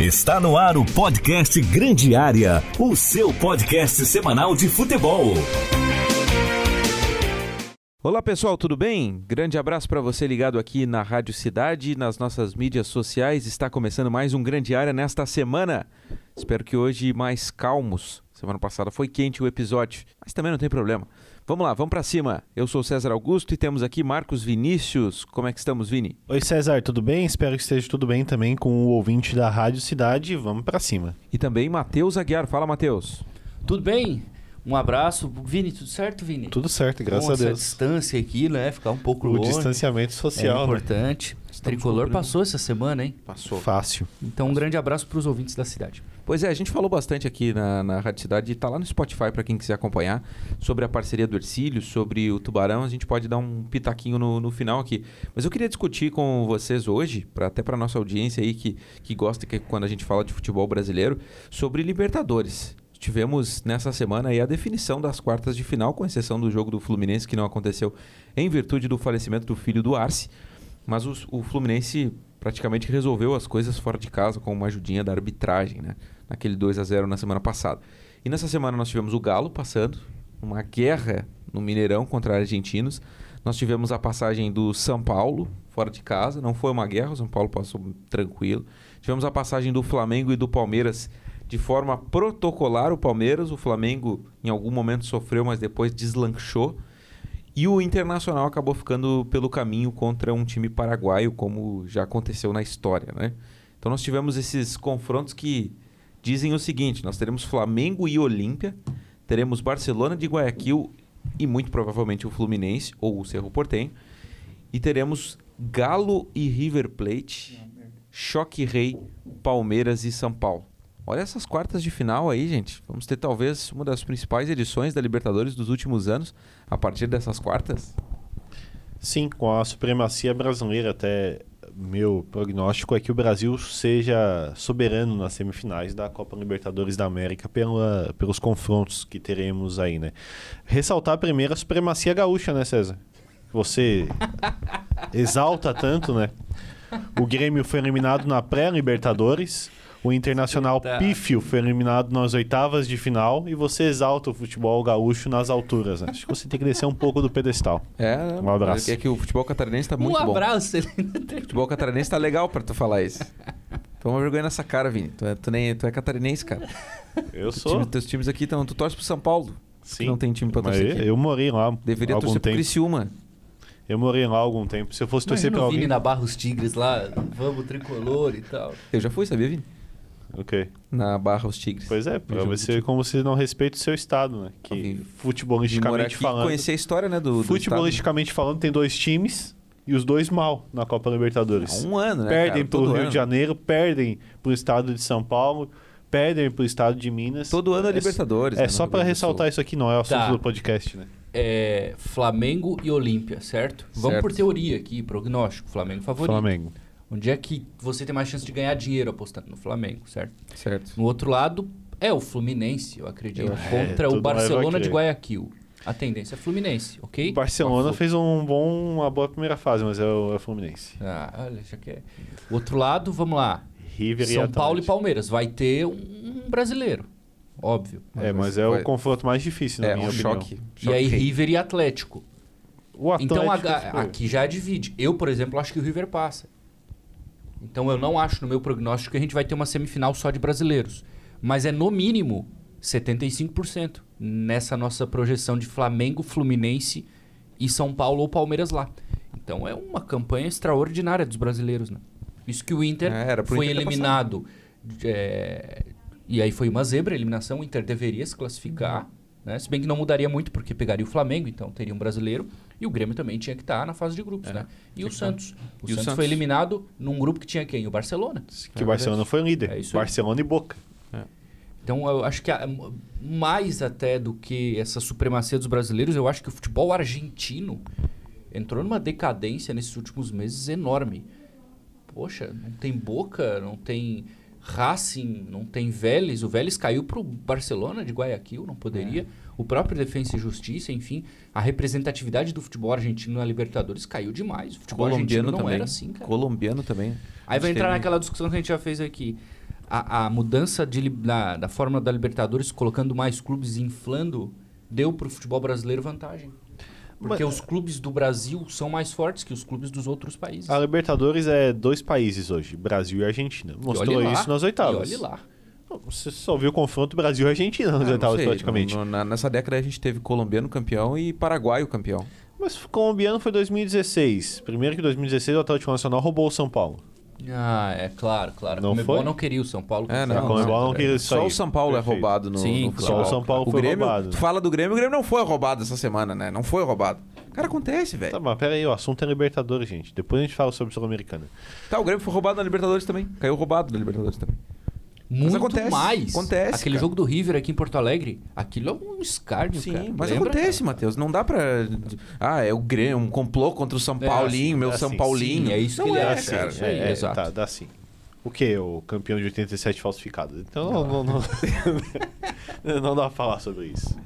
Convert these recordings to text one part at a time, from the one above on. Está no ar o podcast Grande Área, o seu podcast semanal de futebol. Olá pessoal, tudo bem? Grande abraço para você ligado aqui na Rádio Cidade, nas nossas mídias sociais. Está começando mais um Grande Área nesta semana. Espero que hoje mais calmos. Semana passada foi quente o episódio, mas também não tem problema. Vamos lá, vamos para cima. Eu sou César Augusto e temos aqui Marcos Vinícius. Como é que estamos, Vini? Oi César, tudo bem? Espero que esteja tudo bem também com o ouvinte da Rádio Cidade. Vamos pra cima. E também Matheus Aguiar. Fala, Matheus. Tudo bem? Um abraço. Vini, tudo certo, Vini? Tudo certo, graças Bom, a essa Deus. distância aqui, né? Ficar um pouco O longe. distanciamento é social, né? importante. Tricolor cumprindo. passou essa semana, hein? Passou. Fácil. Então, um grande abraço para os ouvintes da cidade. Pois é, a gente falou bastante aqui na, na Rádio Cidade, tá lá no Spotify para quem quiser acompanhar, sobre a parceria do Ercílio, sobre o Tubarão, a gente pode dar um pitaquinho no, no final aqui. Mas eu queria discutir com vocês hoje, pra, até para nossa audiência aí que, que gosta que é quando a gente fala de futebol brasileiro, sobre Libertadores. Tivemos nessa semana aí a definição das quartas de final, com exceção do jogo do Fluminense, que não aconteceu em virtude do falecimento do filho do Arce. Mas os- o Fluminense praticamente resolveu as coisas fora de casa com uma ajudinha da arbitragem, né? Naquele 2 a 0 na semana passada. E nessa semana nós tivemos o Galo passando, uma guerra no Mineirão contra argentinos. Nós tivemos a passagem do São Paulo fora de casa, não foi uma guerra, o São Paulo passou tranquilo. Tivemos a passagem do Flamengo e do Palmeiras de forma protocolar o Palmeiras, o Flamengo em algum momento sofreu, mas depois deslanchou. E o Internacional acabou ficando pelo caminho contra um time paraguaio, como já aconteceu na história, né? Então nós tivemos esses confrontos que dizem o seguinte: nós teremos Flamengo e Olímpia, teremos Barcelona de Guayaquil e muito provavelmente o Fluminense ou o Cerro Portenho, e teremos Galo e River Plate, Choque Rei, Palmeiras e São Paulo. Olha essas quartas de final aí, gente. Vamos ter talvez uma das principais edições da Libertadores dos últimos anos a partir dessas quartas. Sim, com a supremacia brasileira, até meu prognóstico é que o Brasil seja soberano nas semifinais da Copa Libertadores da América pela, pelos confrontos que teremos aí, né? Ressaltar primeiro a supremacia gaúcha, né, César? Você exalta tanto, né? O Grêmio foi eliminado na pré-Libertadores, o Internacional Verdade. Pífio foi eliminado nas oitavas de final e você exalta o futebol gaúcho nas alturas, né? Acho que você tem que descer um pouco do pedestal. É, Um abraço. É que o futebol catarinense tá muito um bom. abraço. ele- O futebol catarinense tá legal pra tu falar isso. Toma vergonha nessa cara, Vini. Tu é, tu nem, tu é catarinense, cara. Eu Teu time- teus times aqui estão. Tu torce pro São Paulo. Sim. Que não tem time pra Mas torcer eu, aqui. eu morei lá. Deveria algum torcer pro tempo. Criciúma. Eu morei lá algum tempo. Se eu fosse torcer Imagina pra o Vini alguém. na Barra os Tigres lá, vamos tricolor e tal. Eu já fui, sabia, Vini? Ok. Na Barra os Tigres. Pois é, jogo vai do ser como se não respeita o seu estado, né? Que Alguém- De morar futebolisticamente aqui e falando. conhecer a história, né? Do, do estado. futebolisticamente falando, tem dois times e os dois mal na Copa Libertadores. Há um ano, né? perdem cara? pro Todo Rio ano. de Janeiro, perdem pro estado de São Paulo, perdem pro estado de Minas. Todo ano é é Libertadores. É né, no só Rio pra Grande do ressaltar Sul. isso aqui, não é o assunto Tá. do podcast, né? É, Flamengo e Olímpia, certo? Vamos Certo. por teoria aqui, prognóstico. Flamengo favorito. Flamengo. Onde é que você tem mais chance de ganhar dinheiro apostando no Flamengo, certo? Certo. No outro lado, é o Fluminense, eu acredito, Eu- contra É, tudo o leva Barcelona a de crer. Guayaquil. A tendência é Fluminense, ok? O Barcelona fez um bom, uma boa primeira fase, mas é o, é o Fluminense. Ah, olha, já que é. O outro lado, vamos lá. River e São Paulo e Atlético. Palmeiras. Vai ter um brasileiro, óbvio. É, mas é Vai- o confronto mais difícil, na É, minha um opinião. choque. E aí, River e Atlético. O Atlético Então, a- tipo, pô, a- aqui já divide. Eu, por exemplo, acho que o River passa. Então, eu não acho no meu prognóstico que a gente vai ter uma semifinal só de brasileiros. Mas é no mínimo 75% nessa nossa projeção de Flamengo, Fluminense e São Paulo ou Palmeiras lá. Então, é uma campanha extraordinária dos brasileiros, né? Isso que o Inter É, era pro foi Inter ter eliminado. é, e aí foi uma zebra a eliminação. O Inter deveria se classificar. Né? Se bem que não mudaria muito, porque pegaria o Flamengo, então teria um brasileiro. E o Grêmio também tinha que estar na fase de grupos, né? E o Santos. O, E o Santos, Santos? foi eliminado num grupo que tinha quem? O Barcelona. Que o Barcelona foi o líder. É isso aí. Barcelona e Boca. Então eu acho que a- mais até do que essa supremacia dos brasileiros, eu acho que o futebol argentino entrou numa decadência nesses últimos meses enorme. Poxa, não tem Boca, não tem Racing, não tem Vélez. O Vélez caiu pro Barcelona de Guayaquil, não É. poderia. O próprio Defensa e Justiça, enfim, a representatividade do futebol argentino na Libertadores caiu demais. O futebol Colombiano argentino não também. era assim, cara. Colombiano também. Aí vai entrar naquela naquela discussão que a gente já fez aqui. a, a mudança de li- da, da fórmula da Libertadores, colocando mais clubes e inflando, deu para o futebol brasileiro vantagem. Porque os clubes do Brasil são mais fortes que os clubes dos outros países. A Libertadores é dois países hoje, Brasil e Argentina. E olhe Mostrou lá, isso nas oitavas. E olhe lá. Você só viu o confronto Brasil e Argentina nas Ah, não oitavas, sei, praticamente. no- na- nessa década a gente teve colombiano campeão e paraguaio campeão. Mas o colombiano foi 2016. Primeiro que 2016 o Atlético Nacional roubou o São Paulo. Ah, é claro, claro. Não o Comebol foi? não queria o São Paulo. É, como não, a Comebol não queria um isso Só aí. o São Paulo é Perfeito. roubado no, Sim, no claro. futebol. Só o São Paulo o foi Grêmio, roubado. Tu fala do Grêmio, o Grêmio não foi roubado essa semana, né? Não foi roubado. Cara, acontece, velho. Tá, Tá. mas pera aí, o assunto é Libertadores, gente. Depois a gente fala sobre Sul-Americana. Tá, o Grêmio foi roubado na Libertadores também. Caiu roubado na Libertadores também. Muito acontece, mais. acontece, Aquele cara. jogo do River aqui em Porto Alegre, aquilo é um escárnio, Sim, cara. mas Lembra, acontece, Matheus. Não dá pra. Ah, é o Grêmio, um complô contra o São É, Paulinho, assim, meu é São assim, Paulinho. sim, é isso que não ele é, acha, Dá sim, cara. isso é, aí, é, exato. Tá, dá sim. O que? O campeão de 87 falsificado. Então não, não, não, não dá pra falar sobre isso.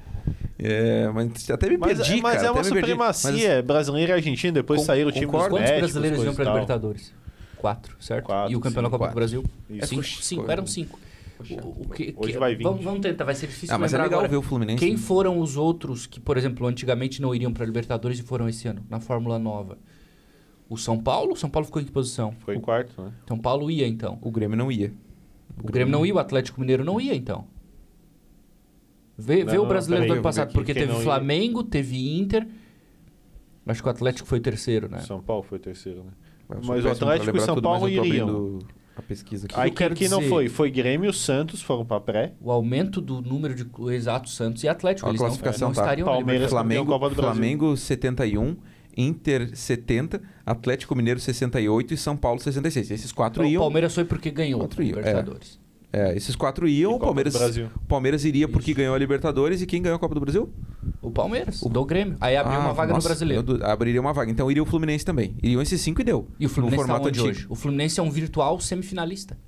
É, mas até me Mas, perdi, mas cara. é uma até me perdi. supremacia brasileira e argentina. Depois Con- saíram o time dos Quantos médicos, brasileiros É, tipo, coisa iam e pra tal. Libertadores? Quatro, certo? Quatro, É e o campeão sim, da Copa quatro. do Brasil? Isso. Cinco, Puxa, cinco, foi. eram cinco. O- o que- Hoje que- vai vinte. Vamos, vamos tentar, vai ser difícil Ah, mas é lembrar legal agora. ver o Fluminense. Quem né? foram os outros que, por exemplo, antigamente não iriam pra Libertadores e foram esse ano, na Fórmula Nova? O São Paulo? O São Paulo ficou em que posição? Ficou em quarto, né? São Paulo ia, então. O Grêmio não ia. O Grêmio não ia, o Atlético Mineiro não ia, então. Vê, Não, vê não, o brasileiro peraí, eu vou do ano ver passado, aqui porque quem teve não ia. Flamengo, teve Inter. Acho que o Atlético foi o terceiro, né? São Paulo foi o terceiro, né? Eu Mas sou o péssimo pra Atlético e lembrar São tudo, um mas Paulo eu tô iriam. abrindo A pesquisa aqui. Aí eu quem quero que não dizer? foi? Foi Grêmio e Santos, foram pra pré. O aumento do número de clu- exato Santos e Atlético. Ó, a eles não- classificação não, tá. estariam na Palmeiras, Libertadores. Flamengo, Copa do Brasil. Flamengo 71, Inter 70, Atlético Mineiro 68 e São Paulo 66. Esses quatro Então, o iam. Palmeiras foi porque ganhou Quatro a iam, é. Libertadores. É, esses quatro iam, E o Copa do Palmeiras, Brasil. o Palmeiras iria porque ganhou a Libertadores e quem ganhou a Copa do Brasil? O Palmeiras, o do Grêmio. Aí abriu Ah, uma vaga nossa, no brasileiro. eu du- Abriria uma vaga. Então iria o Fluminense também. Iriam esses cinco e deu. E o Fluminense no está formato onde antigo. hoje? O Fluminense é um virtual semifinalista.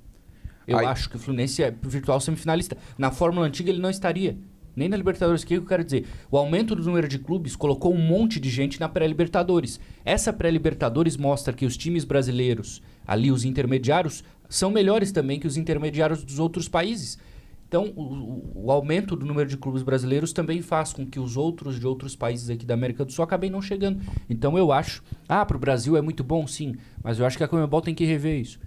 Eu Aí- acho que o Fluminense é virtual semifinalista. Na Fórmula Antiga ele não estaria. Nem na Libertadores. O que eu quero dizer? O aumento do número de clubes colocou um monte de gente na pré-Libertadores. Essa pré-Libertadores mostra que os times brasileiros, ali os intermediários, são melhores também que os intermediários dos outros países. Então, o, o- o aumento do número de clubes brasileiros também faz com que os outros de outros países aqui da América do Sul acabem não chegando. Então, eu acho. Ah, para o Brasil é muito bom, sim. Mas eu acho que a Comebol tem que rever isso.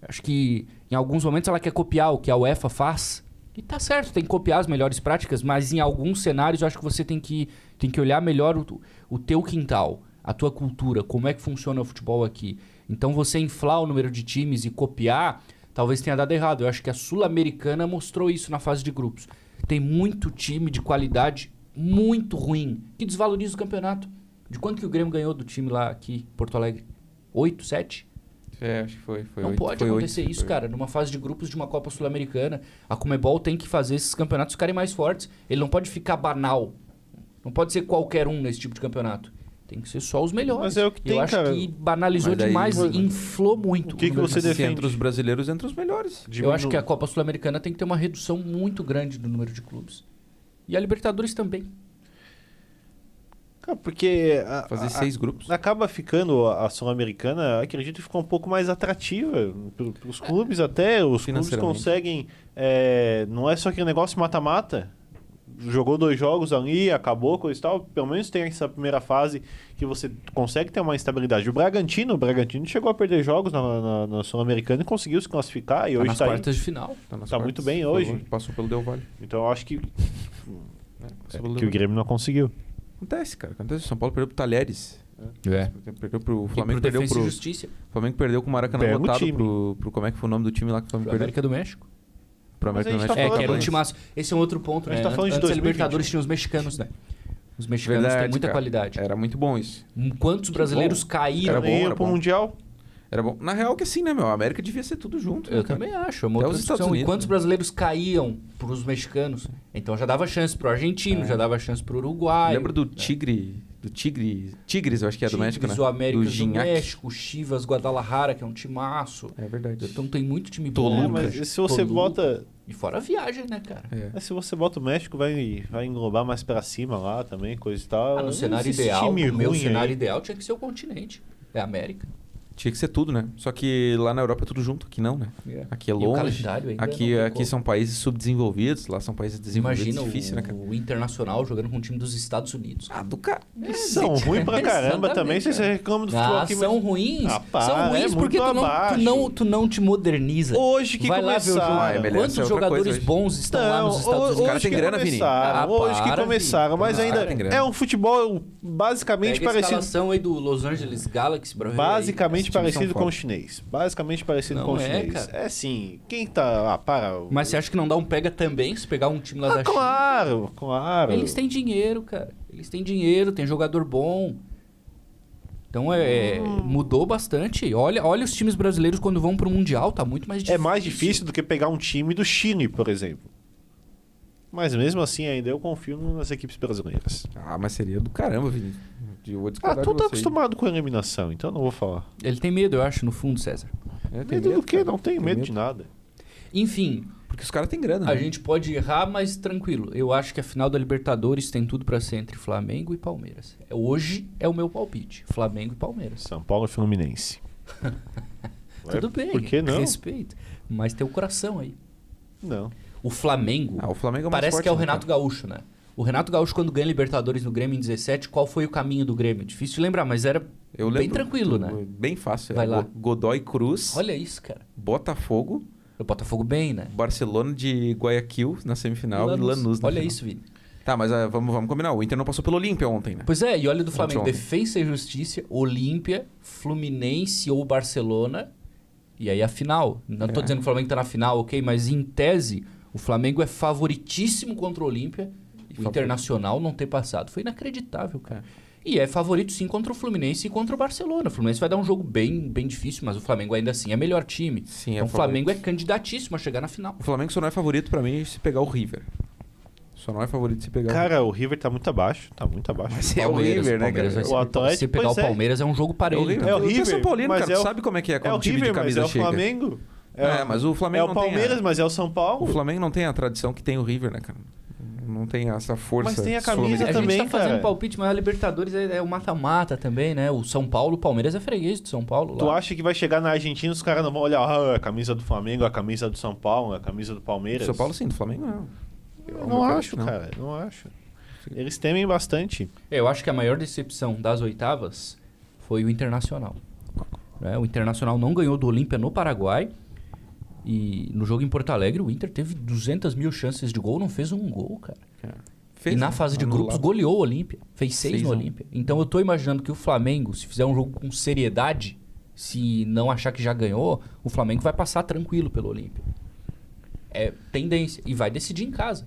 Acho que em alguns momentos ela quer copiar o que a UEFA faz. E tá certo, tem que copiar as melhores práticas, mas em alguns cenários eu acho que você tem que, tem que olhar melhor o, tu- o teu quintal, a tua cultura, como é que funciona o futebol aqui. Então você inflar o número de times e copiar, talvez tenha dado errado. Eu acho que a Sul-Americana mostrou isso na fase de grupos. Tem muito time de qualidade muito ruim, que desvaloriza o campeonato. De quanto que o Grêmio ganhou do time lá aqui, em Porto Alegre? 8, 7? É, acho que foi. foi não oito, pode foi acontecer oito, isso, foi cara. Numa fase de grupos de uma Copa Sul-Americana, a Comebol tem que fazer esses campeonatos ficarem mais fortes. Ele não pode ficar banal. Não pode ser qualquer um nesse tipo de campeonato. Tem que ser só os melhores. Mas é o que E tem, Eu acho cara. que banalizou Mas daí- demais e inflou muito. O que que número de você Mas se defende? entre os brasileiros, entre os melhores. eu acho que a Copa Sul-Americana tem que ter uma redução muito grande do número de clubes. E a Libertadores também. Cara, porque. a- Fazer a- seis grupos. Acaba ficando a a Sul-Americana, acredito que ficou um pouco mais atrativa para É, os clubes, até os clubes Financeiramente. conseguem. é, não é só aquele negócio mata-mata. Jogou dois jogos ali, acabou, coisa e tal. Pelo menos tem essa primeira fase que você consegue ter uma estabilidade. O Bragantino, o Bragantino chegou a perder jogos na, na- na Sul-Americana e conseguiu se classificar. E Tá hoje nas está aí. quartas de final. Tá, nas Tá quartas, muito bem por hoje. favor. Passou pelo Del Valle. Então eu acho que, É, é, passou pelo que Del o Valle. Grêmio não conseguiu. Acontece, cara. Acontece. O São Paulo perdeu pro Talheres. É. Perdeu pro o E pro Flamengo, perdeu Defensa pro. e Justiça. O Flamengo perdeu com o Maracanã Pega o lotado time. pro, pro. Como é que foi o nome do time lá que o Flamengo perdeu? América do México. Pro Mas América a do gente tá México. É, que era um falando- timaço. Esse é um outro ponto, A né? gente tá falando de Antes da 2020. Libertadores tinha os mexicanos, né? Os mexicanos têm muita cara. qualidade. Hum, Era muito bom isso. Quantos brasileiros Era caíram? bom, Aí era pro bom. Mundial. Era bom. Na real que assim, né, meu? A América devia ser tudo junto. né, Eu cara? também acho. É uma Até outra os Estados discussão. E Unidos, quantos né? brasileiros caíam pros mexicanos? Então já dava chance pro argentino, já dava chance pro Uruguai. É. Lembra do Tigre... Do Tigre... Tigres, eu acho que é do México, né? o América do do, Gignac. México, o Chivas, Guadalajara, que é um timaço. É verdade. Então tem muito time Toluca. bom. É, mas se você Toluca. bota E fora a viagem, né, cara? É. Mas se você bota o México, vai, vai englobar mais pra cima lá também, coisa e tal. Ah, no Esse cenário ideal, time o meu ruim né? cenário aí. ideal tinha que ser o continente. É a América. Tinha que ser tudo, né? Só que lá na Europa é tudo junto, aqui não, né? Yeah. Aqui é E o longe. calendário ainda Aqui, não tem aqui como. são países subdesenvolvidos, lá são países desenvolvidos. Imagina difícil, o, né, cara? o internacional jogando com um time dos Estados Unidos. Ah, do cara. É, E são ruins pra caramba também, vocês cara. reclamam do futebol Ah, aqui. são ruins. Ah, pá, são é ruins muito porque tu não, tu, abaixo. não, tu não te moderniza. Hoje que Vai lá ver o jogo. começaram. Ah, é melhor, isso é Quantos outra jogadores coisa hoje. bons estão lá nos Estados ho- Unidos? Os caras têm que grana, Vini. começaram, Ah, hoje que para, começaram, Vini. mas Os ainda caras têm grana. é um futebol basicamente Pega a parecido, escalação aí do Los Angeles Galaxy, brother. basicamente Esses times são parecido com foda. o chinês. Basicamente parecido Não com o é, chinês. cara. É sim. Quem tá, ah, para. o- Mas você acha que não dá um pega também se pegar um time lá da ah, China? claro, claro. Eles têm dinheiro, cara. Eles têm dinheiro, tem jogador bom. Então é, Hum. mudou bastante. Olha, olha os times brasileiros quando vão pro mundial, tá muito mais É difícil. mais difícil do que pegar um time do Chile, por exemplo. Mas mesmo assim, ainda eu confio nas equipes brasileiras. Ah, mas seria do caramba, Vini. Eu vou Ah, discordar tu de tá você. acostumado com a eliminação, então eu não vou falar. Ele tem medo, eu acho, no fundo, César. É, tem Medo do quê? cara. Não tenho Tem medo de nada. Enfim, Porque os caras têm grana. a né? gente pode errar, mas tranquilo. Eu acho que a final da Libertadores tem tudo pra ser entre Flamengo e Palmeiras. É, Hoje é o meu palpite, Flamengo e Palmeiras. São Paulo e Fluminense. É, Ué, tudo bem. Por que não? Respeito. Mas tem o coração aí. Não. O Flamengo Ah, o Flamengo é o mais Parece forte, que é o né, Renato Gaúcho, né? O Renato Gaúcho, quando ganha Libertadores no Grêmio em 17, qual foi o caminho do Grêmio? Difícil de lembrar, mas era Eu bem lembro tranquilo, do- né? Bem fácil. Vai é lá. Go- Godoy Cruz, Olha isso, cara. Botafogo, O Botafogo bem, né? Barcelona de Guayaquil na semifinal e Lanús né? na Olha final. isso, Vini. Tá, mas ah, vamos, vamos combinar. O Inter não passou pelo Olímpia ontem, né? Pois é, e olha do Flamengo. Ontem. Defensa e Justiça, Olímpia, Fluminense ou Barcelona. E aí a final. Não tô É. dizendo que o Flamengo tá na final, ok? Mas em tese, o Flamengo é favoritíssimo contra o Olímpia. O favorito. Internacional não ter passado. Foi inacreditável, cara. E é favorito sim contra o Fluminense e contra o Barcelona. O Fluminense vai dar um jogo bem, bem difícil, mas o Flamengo ainda assim é melhor time. Sim, é então o favorito. Flamengo é candidatíssimo a chegar na final. O Flamengo só não é favorito pra mim se pegar o River. Só não é favorito se pegar Cara, o River tá muito abaixo. Tá muito abaixo. Mas é o Palmeiras, River, né, Palmeiras cara? vai O ser- Atlético, Se pegar o pois é. Palmeiras é um jogo É o parelho. River. então. É o Tu é São River, Paulino, mas cara. é tu o- sabe como é que é É quando o o time River, de mas camisa é o chega. Flamengo. É, mas o Flamengo É não o tem a- Palmeiras, mas é o São Paulo. O Flamengo não tem a tradição que tem o River, né, cara? Não tem essa força. Mas tem a camisa A sul-americana. gente também, tá fazendo cara. palpite, mas a Libertadores é é o mata-mata também, né? O São Paulo, o Palmeiras é freguês do São Paulo. Lá. Tu acha que vai chegar na Argentina os caras não vão olhar ah, a camisa do Flamengo, a camisa do São Paulo, a camisa do Palmeiras? São Paulo sim, do Flamengo não. Eu Eu não acredito, acho, não. cara. Não acho. Eles temem bastante. É, Eu acho que a maior decepção das oitavas foi o Internacional. né? O Internacional não ganhou do Olímpia no Paraguai. E no jogo em Porto Alegre, o Inter teve 200 mil chances de gol, não fez um gol, cara. Fez, e na né? faz de Anulado. grupos goleou o Olímpia. Fez seis, Seis no a um. Olímpia. Então eu tô imaginando que o Flamengo, se fizer um jogo com seriedade, se não achar que já ganhou, o Flamengo vai passar tranquilo pelo Olímpia. É tendência. E vai decidir em casa.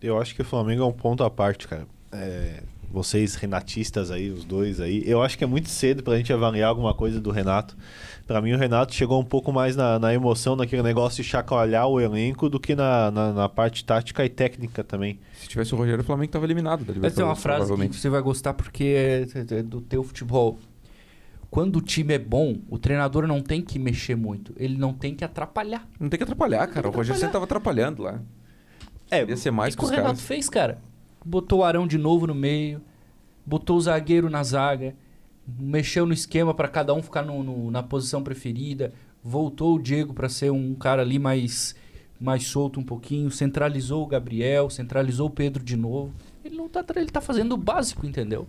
Eu acho que o Flamengo é um ponto à parte, cara. É, vocês renatistas aí, os dois aí. Eu acho que é muito cedo pra gente avaliar alguma coisa do Renato. Pra mim, o Renato chegou um pouco mais na, na emoção, naquele negócio de chacoalhar o elenco, do que na, na, na parte tática e técnica também. Se tivesse o Rogério, o Flamengo tava eliminado da Libertadores, Essa é uma frase que provavelmente. você vai gostar porque é, é do teu futebol. Quando o time é bom, o treinador não tem que mexer muito. Ele não tem que atrapalhar. Não tem que atrapalhar, cara. O Rogério sempre tava atrapalhando lá. É, Ia ser O mais que, que, que os o Renato caras. fez, cara? Botou o Arão de novo no meio, botou o zagueiro na zaga, mexeu no esquema pra cada um ficar no- no- na posição preferida, voltou o Diego pra ser um cara ali mais, mais solto um pouquinho, centralizou o Gabriel, centralizou o Pedro de novo. Ele não tá, tra- ele tá fazendo o básico, entendeu?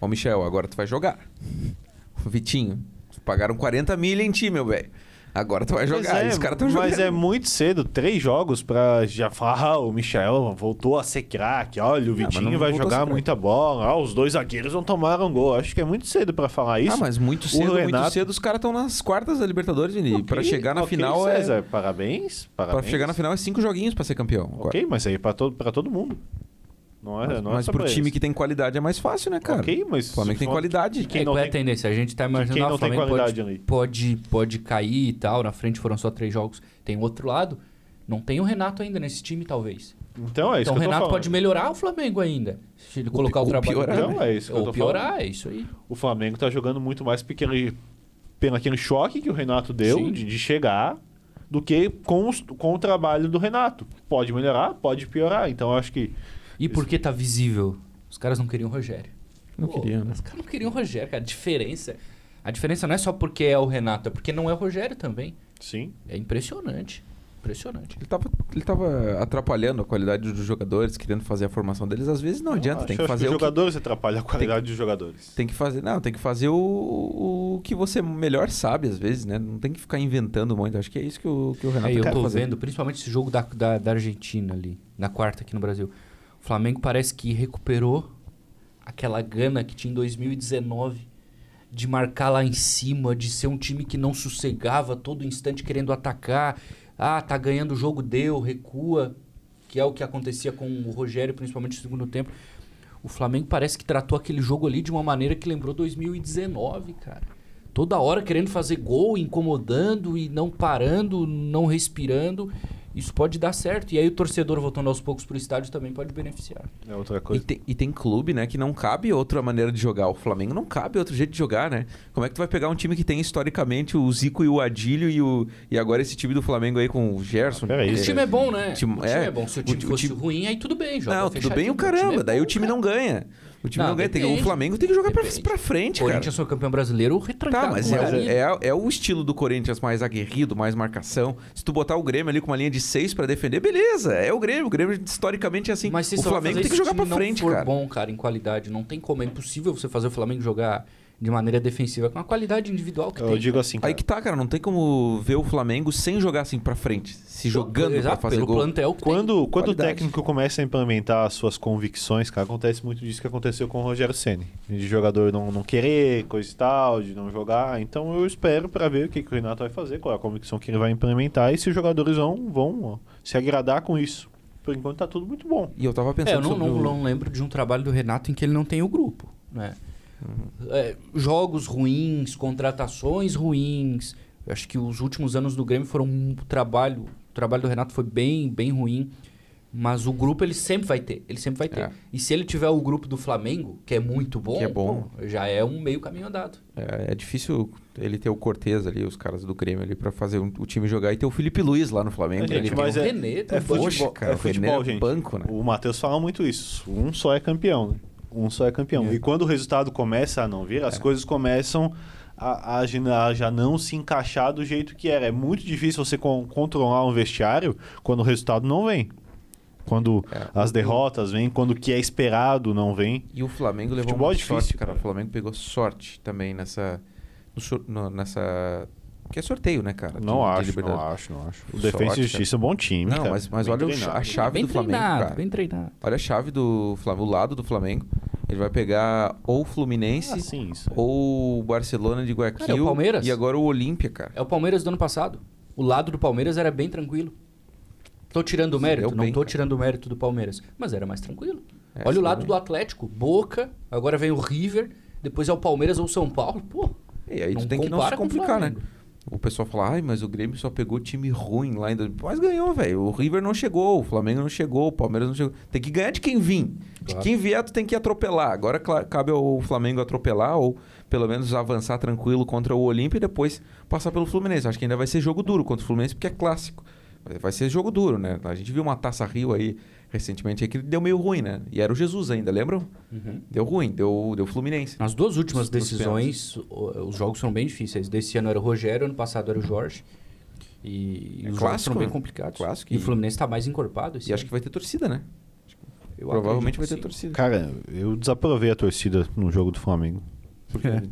Ó, Michel, agora tu vai jogar. O Vitinho, pagaram 40 milha em ti, meu velho. Agora tu vai Mas jogar. é, Esse cara tá jogando. Mas é muito cedo, três jogos pra já falar, ah, o Michel voltou a ser craque, olha, o Ah, mas Vitinho não vai voltou a ser jogar craque. muita bola, ah, os dois zagueiros não tomaram gol. Acho que é muito cedo pra falar isso. Ah, mas muito O cedo, muito Renato- cedo, os caras estão nas quartas da Libertadores, Vini. Ok, pra chegar na ok, final é. César, parabéns, parabéns. Pra chegar na final é cinco joguinhos pra ser campeão. agora. Ok, mas aí é pra todo, pra todo mundo. Não é, não é mas só pro pra time eles. que tem qualidade é mais fácil, né, cara? Ok, mas. O Flamengo tem qualidade. Quem é, não qual é a tem- tendência? A gente tá imaginando quem ah, não o tem Flamengo qualidade pode, ali. pode, pode cair e tal, na frente foram só três jogos. Tem outro lado, não tem o Renato ainda nesse time, talvez. Então é isso Então que eu o tô Renato falando. pode melhorar o Flamengo ainda. Se ele colocar pi- o ou trabalho. piorar, dele. Então é isso que eu Ou tô piorar, falando. é isso aí. O Flamengo tá jogando muito mais porque ele- pelo aquele choque que o Renato deu Sim. de, de chegar do que com, os- com o trabalho do Renato. Pode melhorar, pode piorar. Então eu acho que. E por que tá visível? Os caras não queriam o Rogério. Não Pô, queria, né? Os caras não queriam o Rogério, cara. A diferença. A diferença não é só porque é o Renato, é porque não é o Rogério também. Sim. É impressionante. Impressionante. Ele tava, ele tava atrapalhando a qualidade dos jogadores, querendo fazer a formação deles. Às vezes não adianta, Acho- tem Ah, acho que fazer os o que, jogadores atrapalham a qualidade dos jogadores. tem que fazer, não, tem que fazer o, o que você melhor sabe às vezes, né? Não tem que ficar inventando muito. Acho que é isso que o, que o Renato É, eu quer tô fazer. vendo, principalmente esse jogo da, da, da Argentina ali, na quarta aqui no Brasil. O Flamengo parece que recuperou aquela gana que tinha em 2019 de marcar lá em cima, de ser um time que não sossegava todo instante querendo atacar. Ah, tá ganhando o jogo, deu, recua, que é o que acontecia com o Rogério, principalmente no segundo tempo. O Flamengo parece que tratou aquele jogo ali de uma maneira que lembrou 2019, cara. Toda hora querendo fazer gol, incomodando e não parando, não respirando. Isso pode dar certo. E aí o torcedor voltando aos poucos pro estádio também pode beneficiar. É outra E coisa. tem, e tem clube, né, que não cabe outra maneira de jogar. O Flamengo não cabe outro jeito de jogar, né? Como é que tu vai pegar um time que tem historicamente o Zico e o Adílio e, o, e agora esse time do Flamengo aí com o Gerson? Ah, peraí, É, o time é bom, né? o time- o time é, é, bom. Se o o time ti- o fosse time- ruim, aí tudo bem, joga. Não, tudo fechadinho. bem o né? é caramba. bom, daí o time cara. não ganha. O time não, Não, ganha. Tem- o depende. Flamengo tem que jogar pra, Depende. pra frente, cara. Corinthians foi campeão brasileiro retrancado. Tá, mas com é, carinho. o- é- é o estilo do Corinthians mais aguerrido, mais marcação. Se tu botar o Grêmio ali com uma linha de seis pra defender, beleza. É o Grêmio. O Grêmio historicamente é assim. Mas se o só Flamengo fazer tem que isso jogar se pra frente, não for cara. bom, cara, em qualidade, não tem como. É impossível você fazer o Flamengo jogar de maneira defensiva com a qualidade individual É, que Eu tem. digo assim, Aí cara, que tá, cara. Não tem como ver o Flamengo sem jogar assim pra frente. Se jogando Exato, pra fazer pelo gol. plantel que tem. quando, quando o qualidade. técnico começa a implementar as suas convicções, cara, acontece muito disso que aconteceu com o Rogério Ceni, de jogador não, não querer, coisa e tal, de não jogar. Então eu espero pra ver o que, que o Renato vai fazer, qual é a convicção que ele vai implementar e se os jogadores vão, vão ó, se agradar com isso. Por enquanto tá tudo muito bom. E eu tava É, pensando eu não, sobre não- o- não lembro de um trabalho do Renato em que ele não tem o grupo, né? Uhum. É, jogos ruins, contratações ruins. Eu acho que os últimos anos do Grêmio foram um trabalho. O trabalho do Renato foi bem, bem ruim. Mas o grupo ele sempre vai ter. Ele sempre vai ter. É. E se ele tiver o grupo do Flamengo, que é muito bom, Que é bom. pô, já é um meio caminho andado. É, é difícil ele ter o Cortez ali, os caras do Grêmio ali, pra fazer um- o time jogar. E ter o Felipe Luiz lá no Flamengo. Gente, ele tem mas o é, René, é tem o futebol, Bocha, cara. é O René futebol, é gente. banco, né? O Matheus fala muito isso. Um só é campeão, né? Um só é campeão. E quando o resultado começa a não vir, É. as coisas começam a, a já- a já não se encaixar do jeito que era. É muito difícil você con- controlar um vestiário quando o resultado não vem. Quando É. as derrotas vêm, quando o que é esperado não vem. E o Flamengo levou Futebol uma é difícil, sorte, cara. cara. O Flamengo pegou sorte também nessa. no sor- no- nessa. Que é sorteio, né, cara? de- Não de acho, Libertadores. não acho, não acho. O Sorte, Defensa e cara. Justiça é um bom time, Não, cara. mas, mas Bem olha o ch- treinado. a chave é bem do Flamengo, treinado, cara. bem treinado. Olha a chave do Flamengo, o lado do Flamengo. Ele vai pegar ou o Fluminense Ah, sim, isso. ou o Barcelona de Guayaquil. Cara, é o Palmeiras. E agora o Olímpia, cara. É o Palmeiras do ano passado. O lado do Palmeiras era bem tranquilo. Tô tirando o Se mérito, deu não bem, tô cara. tirando o mérito do Palmeiras, mas era mais tranquilo. É, se Olha deu o lado bem. do Atlético, Boca, agora vem o River, depois é o Palmeiras ou o São Paulo. Pô, E aí tu Não tem que não se compara com o complicar, né? Flamengo. O pessoal fala, ai, mas o Grêmio só pegou time ruim lá em... dois-" Mas ganhou, velho. O River não chegou, o Flamengo não chegou, o Palmeiras não chegou. Tem que ganhar de quem vir. De Claro. quem vier, tu tem que atropelar. Agora cla- cabe ao Flamengo atropelar ou pelo menos avançar tranquilo contra o Olímpia e depois passar pelo Fluminense. Acho que ainda vai ser jogo duro contra o Fluminense porque é clássico. Vai ser jogo duro, né? A gente viu uma Taça Rio aí recentemente aí que deu meio ruim, né? E era o Jesus ainda, lembram? Uhum. Deu ruim, deu, deu Fluminense. nas duas Nos últimas pênaltis. decisões, o- os jogos foram bem difíceis. Desse ano era o Rogério, ano passado era o Jorge. E, e É os jogos clássico, foram bem né? complicados. Clássico E e- o Fluminense tá mais encorpado esse E acho que vai ter torcida, né? Provavelmente vai ter torcida. Cara, eu desaprovei a torcida no jogo do Flamengo.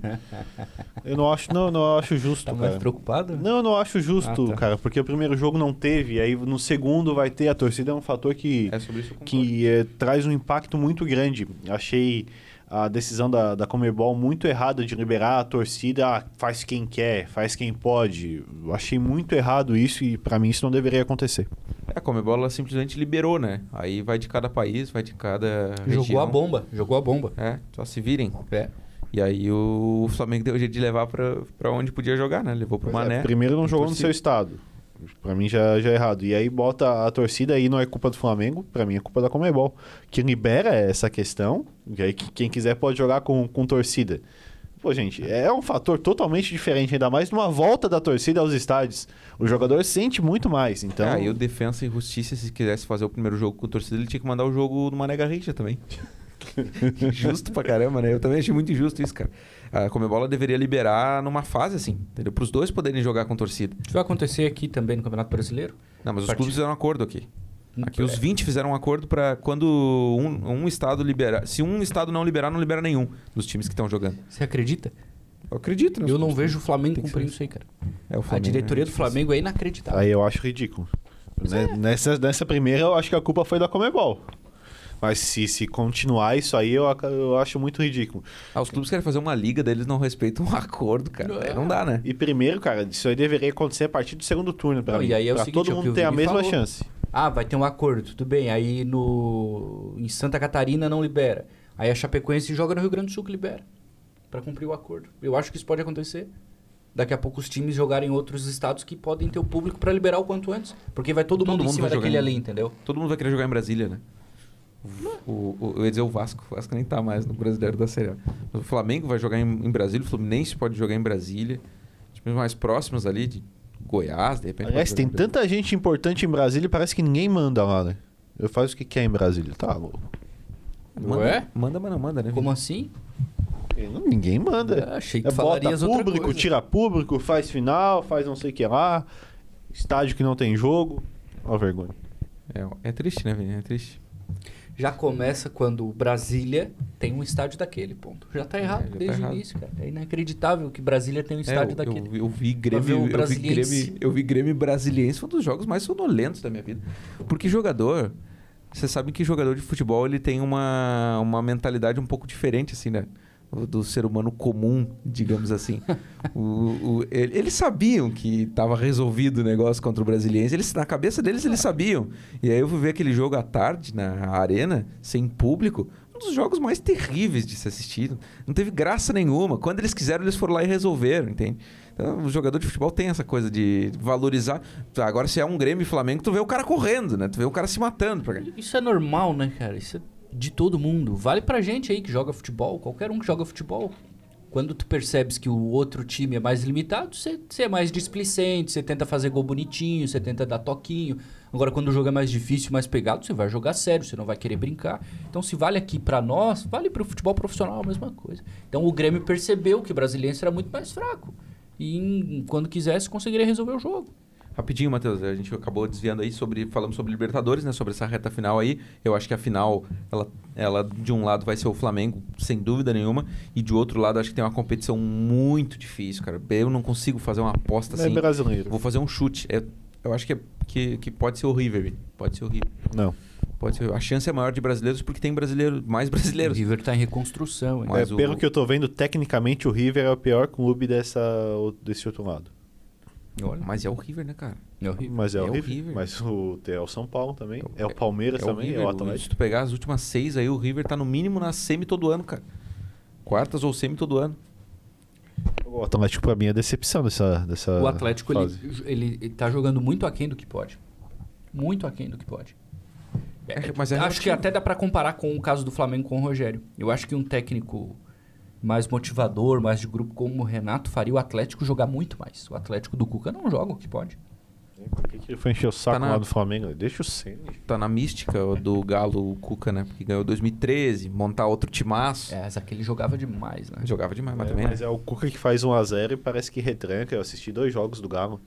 eu não acho, não, não acho justo, né? Tá mais cara. preocupado? Não, eu não acho justo, Ah, tá. cara, porque o primeiro jogo não teve, aí no segundo vai ter. A torcida é um fator que, É sobre isso eu concordo. que eh, traz um impacto muito grande. Achei a decisão da, da Comebol muito errada de liberar a torcida, ah, faz quem quer, faz quem pode. Eu achei muito errado isso e pra mim isso não deveria acontecer. É, a Comebol ela simplesmente liberou, né? Aí vai de cada país, vai de cada região. Jogou a bomba, jogou a bomba. É, só se virem. É. E aí o Flamengo deu jeito de levar pra, pra onde podia jogar, né? Levou pro Pois é, Mané. primeiro não tem jogou torcida. no seu estado. Pra mim já, já é errado. E aí bota a torcida aí, não é culpa do Flamengo, pra mim é culpa da Comebol. Que libera essa questão, e aí que- quem quiser pode jogar com, com torcida. Pô, gente, é um fator totalmente diferente, ainda mais numa volta da torcida aos estádios. O jogador sente muito mais, então... Ah, e o Defensa e Justiça, se quisesse fazer o primeiro jogo com torcida, ele tinha que mandar o jogo no Mané Garrincha também. Justo pra caramba, né? Eu também achei muito injusto isso, cara. a Comebola deveria liberar numa fase assim, entendeu? Para os dois poderem jogar com torcida. Isso vai acontecer aqui também no Campeonato Brasileiro? Não, mas os Partido. clubes fizeram um acordo aqui. Aqui É. os 20 fizeram um acordo para quando um, um estado liberar. Se um estado não liberar, não libera nenhum dos times que estão jogando. Você acredita? Eu acredito, né? Eu não vejo o Flamengo Tem que cumprir ser. isso aí, cara. É, o a Flamengo, diretoria né? do Flamengo é inacreditável. Aí eu acho ridículo. Né- é. Nessa, nessa primeira, eu acho que a culpa foi da Comebol. Mas se, se continuar isso aí, eu, ac- eu acho muito ridículo. Ah, os clubes querem fazer uma liga, daí eles não respeitam um acordo, cara. é. Daí Não, dá, né? E primeiro, cara, isso aí deveria acontecer a partir do segundo turno, pra Não, mim. e aí é o pra seguinte, é todo o que mundo o ter a Vini mesma falou. chance. Ah, vai ter um acordo, tudo bem. Aí no em Santa Catarina não libera. Aí a Chapecoense joga no Rio Grande do Sul que libera Pra cumprir o acordo. Eu acho que isso pode acontecer. Daqui a pouco os times jogarem em outros estados que podem ter o público pra liberar o quanto antes, porque vai todo, Todo mundo, mundo em cima vai jogar daquele em- ali, entendeu? Todo mundo vai querer jogar em Brasília, né? O, o- eu ia dizer o Vasco. O Vasco nem tá mais no Brasileiro da Série A. Mas o Flamengo vai jogar em, em Brasília, o Fluminense pode jogar em Brasília. Os times mais próximos ali, de Goiás, de repente. pode Aliás, jogar tem em Brasília. tanta gente importante em Brasília, parece que ninguém manda lá, né? Eu faço o que quer em Brasília. Tá louco. Manda, Ué? manda, mas não manda, né? é? Como assim? Não, Ninguém manda. Ah, achei que é, tu bota falarias outra público, coisa. tira público, faz final, faz não sei o que lá. Estádio que não tem jogo. Ó, a vergonha. É, é triste, né, Vini? É triste. Já começa quando o Brasília tem um estádio daquele, ponto. Já tá errado já tá desde errado. o início, cara. É inacreditável que Brasília tem um É, estádio eu, daquele. eu, eu vi ver o Grêmio, eu vi Brasiliense. Grêmio, eu vi Grêmio Brasiliense, foi um dos jogos mais sonolentos da minha vida. Porque jogador, você sabe que jogador de futebol ele tem uma, uma mentalidade um pouco diferente assim, né? do- Do ser humano comum, digamos assim. O- o- ele- eles sabiam que estava resolvido o negócio contra o brasiliense. Eles, na cabeça deles, eles sabiam. E aí eu fui ver aquele jogo à tarde, na arena, sem público. Um dos jogos mais terríveis de se assistir. Não teve graça nenhuma. Quando eles quiseram, eles foram lá e resolveram, entende? Então, o jogador de futebol tem essa coisa de valorizar. Tá, Agora, se é um Grêmio e Flamengo, tu vê o cara correndo, né? Tu vê o cara se matando. Pra... Isso é normal, né, cara? Isso é de todo mundo. Vale pra gente aí que joga futebol, qualquer um que joga futebol. Quando tu percebes que o outro time é mais limitado, você você é mais displicente, você tenta fazer gol bonitinho, você tenta dar toquinho. Agora, quando o jogo é mais difícil, mais pegado, você vai jogar sério, você não vai querer brincar. Então, se vale aqui pra nós, vale pro futebol profissional a mesma coisa. Então, o Grêmio percebeu que o brasileiro era muito mais fraco. E em- quando quisesse, conseguiria resolver o jogo. Rapidinho, Matheus, a gente acabou desviando aí sobre. Falamos sobre Libertadores, né? Sobre essa reta final aí. Eu acho que a final, ela, ela de um lado vai ser o Flamengo, sem dúvida nenhuma. E de outro lado, acho que tem uma competição muito difícil, cara. Eu não consigo fazer uma aposta É assim. brasileiro. Vou fazer um chute. É- eu acho que, é- que, que pode ser o River, Vini. pode ser o River. Não. É, Pode ser. A chance é maior de brasileiros porque tem brasileiro, mais O brasileiros. River tá em reconstrução. hein? Mas é, o- Pelo que eu tô vendo, tecnicamente o River é o pior clube dessa, desse outro lado. Olha, Mas é o River, né, cara? é o River. Mas é, É o o River. River. Mas o, é o São Paulo também. É É o Palmeiras é também. o é o River. Atlético. Se tu pegar as últimas seis aí, o River tá no mínimo na semi todo ano, cara. Quartas ou semi todo ano. O Atlético pra mim é a decepção dessa, dessa Ah, O Atlético, ele, fase. ele, ele tá jogando muito aquém do que pode. Muito aquém do que pode. É, É, mas é acho relativo. que até dá pra comparar com o caso do Flamengo com o Rogério. Eu acho que um técnico mais motivador, mais de grupo como o Renato, faria o Atlético jogar muito mais. O Atlético do Cuca não joga o que pode. Por que, que ele foi encher o saco Tá na- lá do Flamengo? Deixa o Senna. Tá na mística do Galo o Cuca, né? Porque ganhou 2013, montar outro timaço. É, mas aquele jogava demais, né? Jogava demais, mas É, também. mas né? é o Cuca que faz 1x0 e parece que retranca. Eu assisti dois jogos do Galo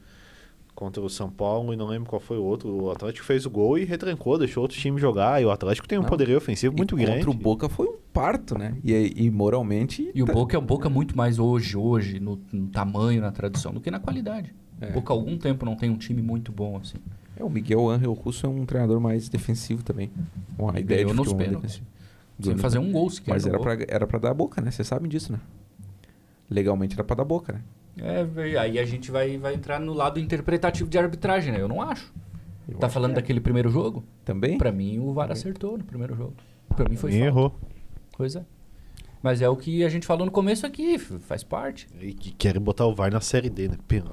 contra o São Paulo e não lembro qual foi o outro. O Atlético fez o gol e retrancou, deixou outro time jogar. E o Atlético tem um Não. poderio ofensivo muito e grande. Contra o Boca foi um parto, né? E, aí- e moralmente. E o tá- Boca é um Boca muito mais hoje, hoje, no, no tamanho, na tradição, do que na qualidade. É. O Boca há algum tempo não tem um time muito bom assim. É, o Miguel Angel Russo é um treinador mais defensivo também. Uma ideia Ganhou de nos futebol pênaltis. defensivo. Sem Ganhou fazer um gol sequer. Mas no era Boca. pra, era pra dar a boca, né? Vocês sabem disso, né? Legalmente era pra dar boca, né? É, véi, aí a gente vai, vai entrar no lado interpretativo de arbitragem, né? Eu não acho. tá falando daquele primeiro jogo? Também? Pra mim, o VAR acertou no primeiro jogo. Pra mim foi E falta. errou. Pois é. Mas é o que a gente falou no começo aqui, f- faz parte. E que querem botar o VAR na Série D, né? Pena.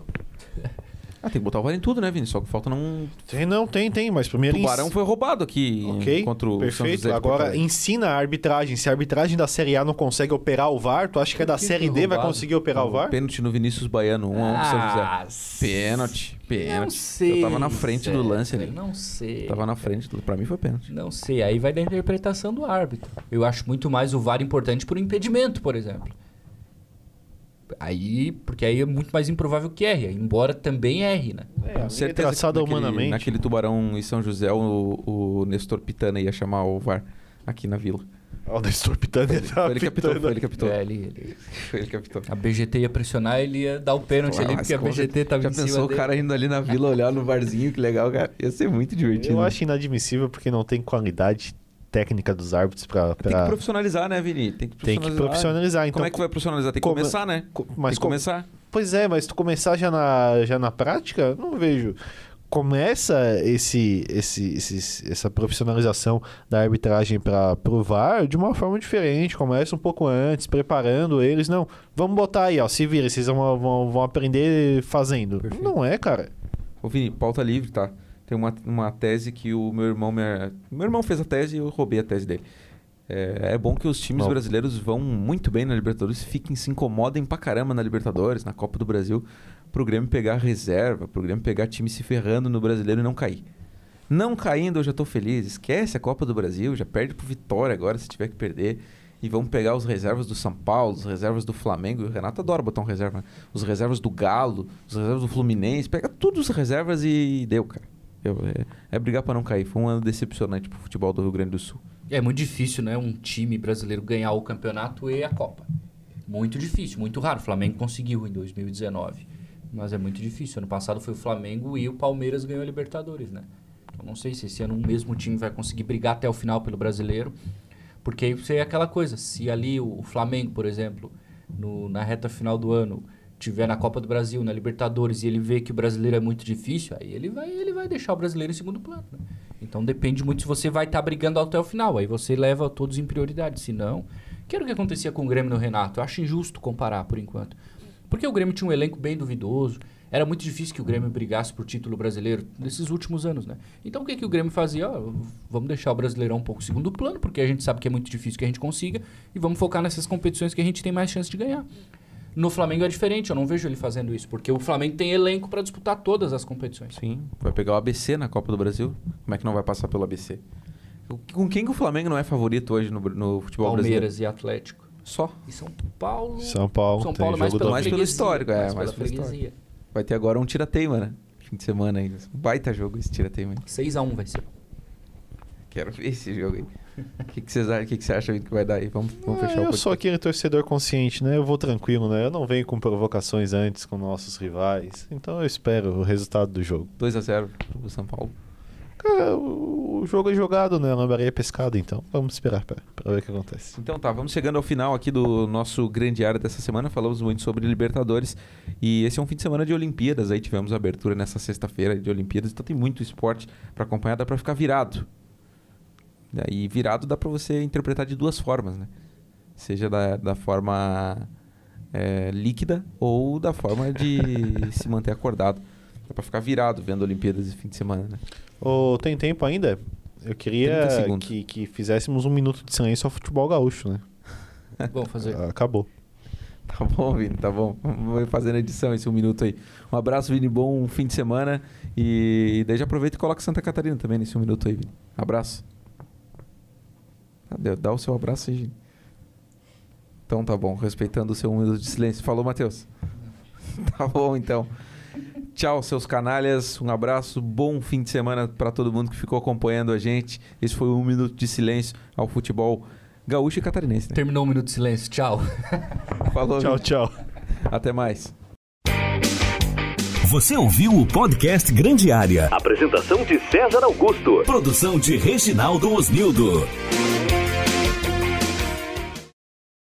Ah, tem que botar o VAR em tudo, né, Vini? Só que falta não. Tem, não, tem, tem. Mas primeiro... Tubarão ens- foi roubado aqui Ok, contra o São perfeito. José de Porto Agora Alegre. ensina a arbitragem. Se a arbitragem da Série A não consegue operar o VAR, tu acha que a da que Série foi D vai roubado? conseguir operar o VAR? Ah, Pênalti no Vinícius Baiano, 1 a 1 pro São José. Ah, s- Pênalti, Não pênalti. sei. Eu tava na frente do Zé, lance velho, ali. Não sei. Tava na frente, do- pra mim foi pênalti. Não sei, aí vai da interpretação do árbitro. Eu acho muito mais o VAR importante por impedimento, por exemplo. Aí, porque aí é muito mais improvável que erre, embora também erre, né? É, Com certeza traçada que naquele- humanamente. Naquele tubarão em São José, o, o Nestor Pitana ia chamar o VAR aqui na vila. Ah, O Nestor Pitani Foi ele que captou, foi ele que captou. É, ele, ele- Foi ele que captou. a BGT ia pressionar, ele ia dar o pênalti ali, Mas porque a como BGT tava Já em cima pensou dele. o cara indo ali na vila olhar no barzinho? Que legal, cara. Ia ser muito divertido. Eu acho inadmissível porque não tem qualidade técnica dos árbitros Tem pra. que pra- profissionalizar, né, Vini? Tem que tá. Tem que profissionalizar. profissionalizar. Então, Como é que vai profissionalizar? Tem que como- começar, né? co- Mas mas tem que como- começar. Pois é, mas tu começar já na, já na prática, não vejo. Começa esse, esse, esses- essa profissionalização da arbitragem para provar de uma forma diferente. Começa um pouco antes, preparando eles. Não, vamos botar aí, ó. Se vira, vocês vão, vão, vão aprender fazendo. Perfeito. Não é, cara. Ô, Vini, pauta livre, tá? Tem uma, uma tese que o meu irmão... Me... Meu irmão fez a tese e eu roubei a tese dele. É, é bom que os times Bom. brasileiros vão muito bem na Libertadores, fiquem, se incomodem pra caramba na Libertadores, na Copa do Brasil, pro Grêmio pegar reserva, pro Grêmio pegar time se ferrando no brasileiro e não cair. Não caindo, eu já tô feliz. Esquece a Copa do Brasil, já perde pro Vitória agora, se tiver que perder. E vamos pegar os reservas do São Paulo, os reservas do Flamengo. E o Renato adora botar um reserva. né? Os reservas do Galo, os reservas do Fluminense. Pega todos os reservas e deu, cara. Eu- é, é brigar pra não cair. Foi um ano decepcionante pro futebol do Rio Grande do Sul. É muito difícil, né? Um time brasileiro ganhar o campeonato e a Copa. Muito difícil, muito raro. O Flamengo conseguiu em 2019. Mas é muito difícil. Ano passado foi o Flamengo e o Palmeiras ganhou a Libertadores, né? Então não sei se esse ano o mesmo time vai conseguir brigar até o final pelo brasileiro. Porque aí você é aquela coisa. Se ali o o Flamengo, por exemplo, no- na reta final do ano tiver na Copa do Brasil, na Libertadores e ele vê que o brasileiro é muito difícil, aí ele vai, ele vai deixar o brasileiro em segundo plano. né? Então depende muito se você vai estar brigando até o final. Aí você leva todos em prioridade. Se não, que era o que acontecia com o Grêmio no Renato. Eu acho injusto comparar por enquanto. Porque o Grêmio tinha um elenco bem duvidoso. Era muito difícil que o Grêmio brigasse por título brasileiro nesses últimos anos, né? Então o que, que o Grêmio fazia? Ó, vamos deixar o Brasileirão um pouco segundo plano, porque a gente sabe que é muito difícil que a gente consiga, e vamos focar nessas competições que a gente tem mais chance de ganhar. No Flamengo é diferente, eu não vejo ele fazendo isso, porque o Flamengo tem elenco para disputar todas as competições. Sim, vai pegar o ABC na Copa do Brasil. Como é que não vai passar pelo ABC? O- Com quem que o Flamengo não é favorito hoje no, br- no futebol brasileiro? Palmeiras e Atlético. Só. E São Paulo. São Paulo, São tem Paulo mais, jogo pela do- Mais pelo freguesia, histórico, é, mais mais pela pela história. freguesia. Vai ter agora um tirateima, né? Fim de semana aí. Baita jogo esse tirateima. aí. 6x1 vai ser. Quero ver esse jogo aí. O que que vocês acham que, que você acha que vai dar aí? Vamos, vamos Ah, fechar o eu sou podcast. aquele torcedor consciente, né? Eu vou tranquilo, né? Eu não venho com provocações antes com nossos rivais. Então eu espero o resultado do jogo. 2x0 pro São Paulo. Cara, o o jogo é jogado, né? A lambaria é pescada, então vamos esperar pra, pra ver o que acontece. Então tá, vamos chegando ao final aqui do nosso grande área dessa semana. Falamos muito sobre Libertadores e esse é um fim de semana de Olimpíadas. Aí tivemos a abertura nessa sexta-feira de Olimpíadas, então tem muito esporte pra acompanhar, dá pra ficar virado. Né, E virado dá pra você interpretar de duas formas, né? Seja da, da forma é, líquida ou da forma de se manter acordado. Dá pra ficar virado vendo Olimpíadas esse fim de semana, né? Ô, tem tempo ainda? 30 Eu queria segundos. que, que fizéssemos um minuto de silêncio ao futebol gaúcho, né? Vamos fazer. Acabou. Tá bom, Vini, tá bom. Vou fazendo a edição esse um minuto aí. Um abraço, Vini, bom fim de semana. E daí já aproveita e coloca Santa Catarina também nesse um minuto aí, Vini. Abraço. Ah, deu- Dá o seu abraço aí, Vini. Então tá bom, respeitando o seu um minuto de silêncio. Falou, Matheus. Tá bom, então. Tchau, seus canalhas. Um abraço, bom fim de semana pra todo mundo que ficou acompanhando a gente. Esse foi um minuto de silêncio ao futebol gaúcho e catarinense. Né? Terminou o minuto de silêncio. Tchau. Falou, Tchau, Vini. tchau. Até mais. Você ouviu o podcast Grande Área. Apresentação de César Augusto. Produção de Reginaldo Osnildo.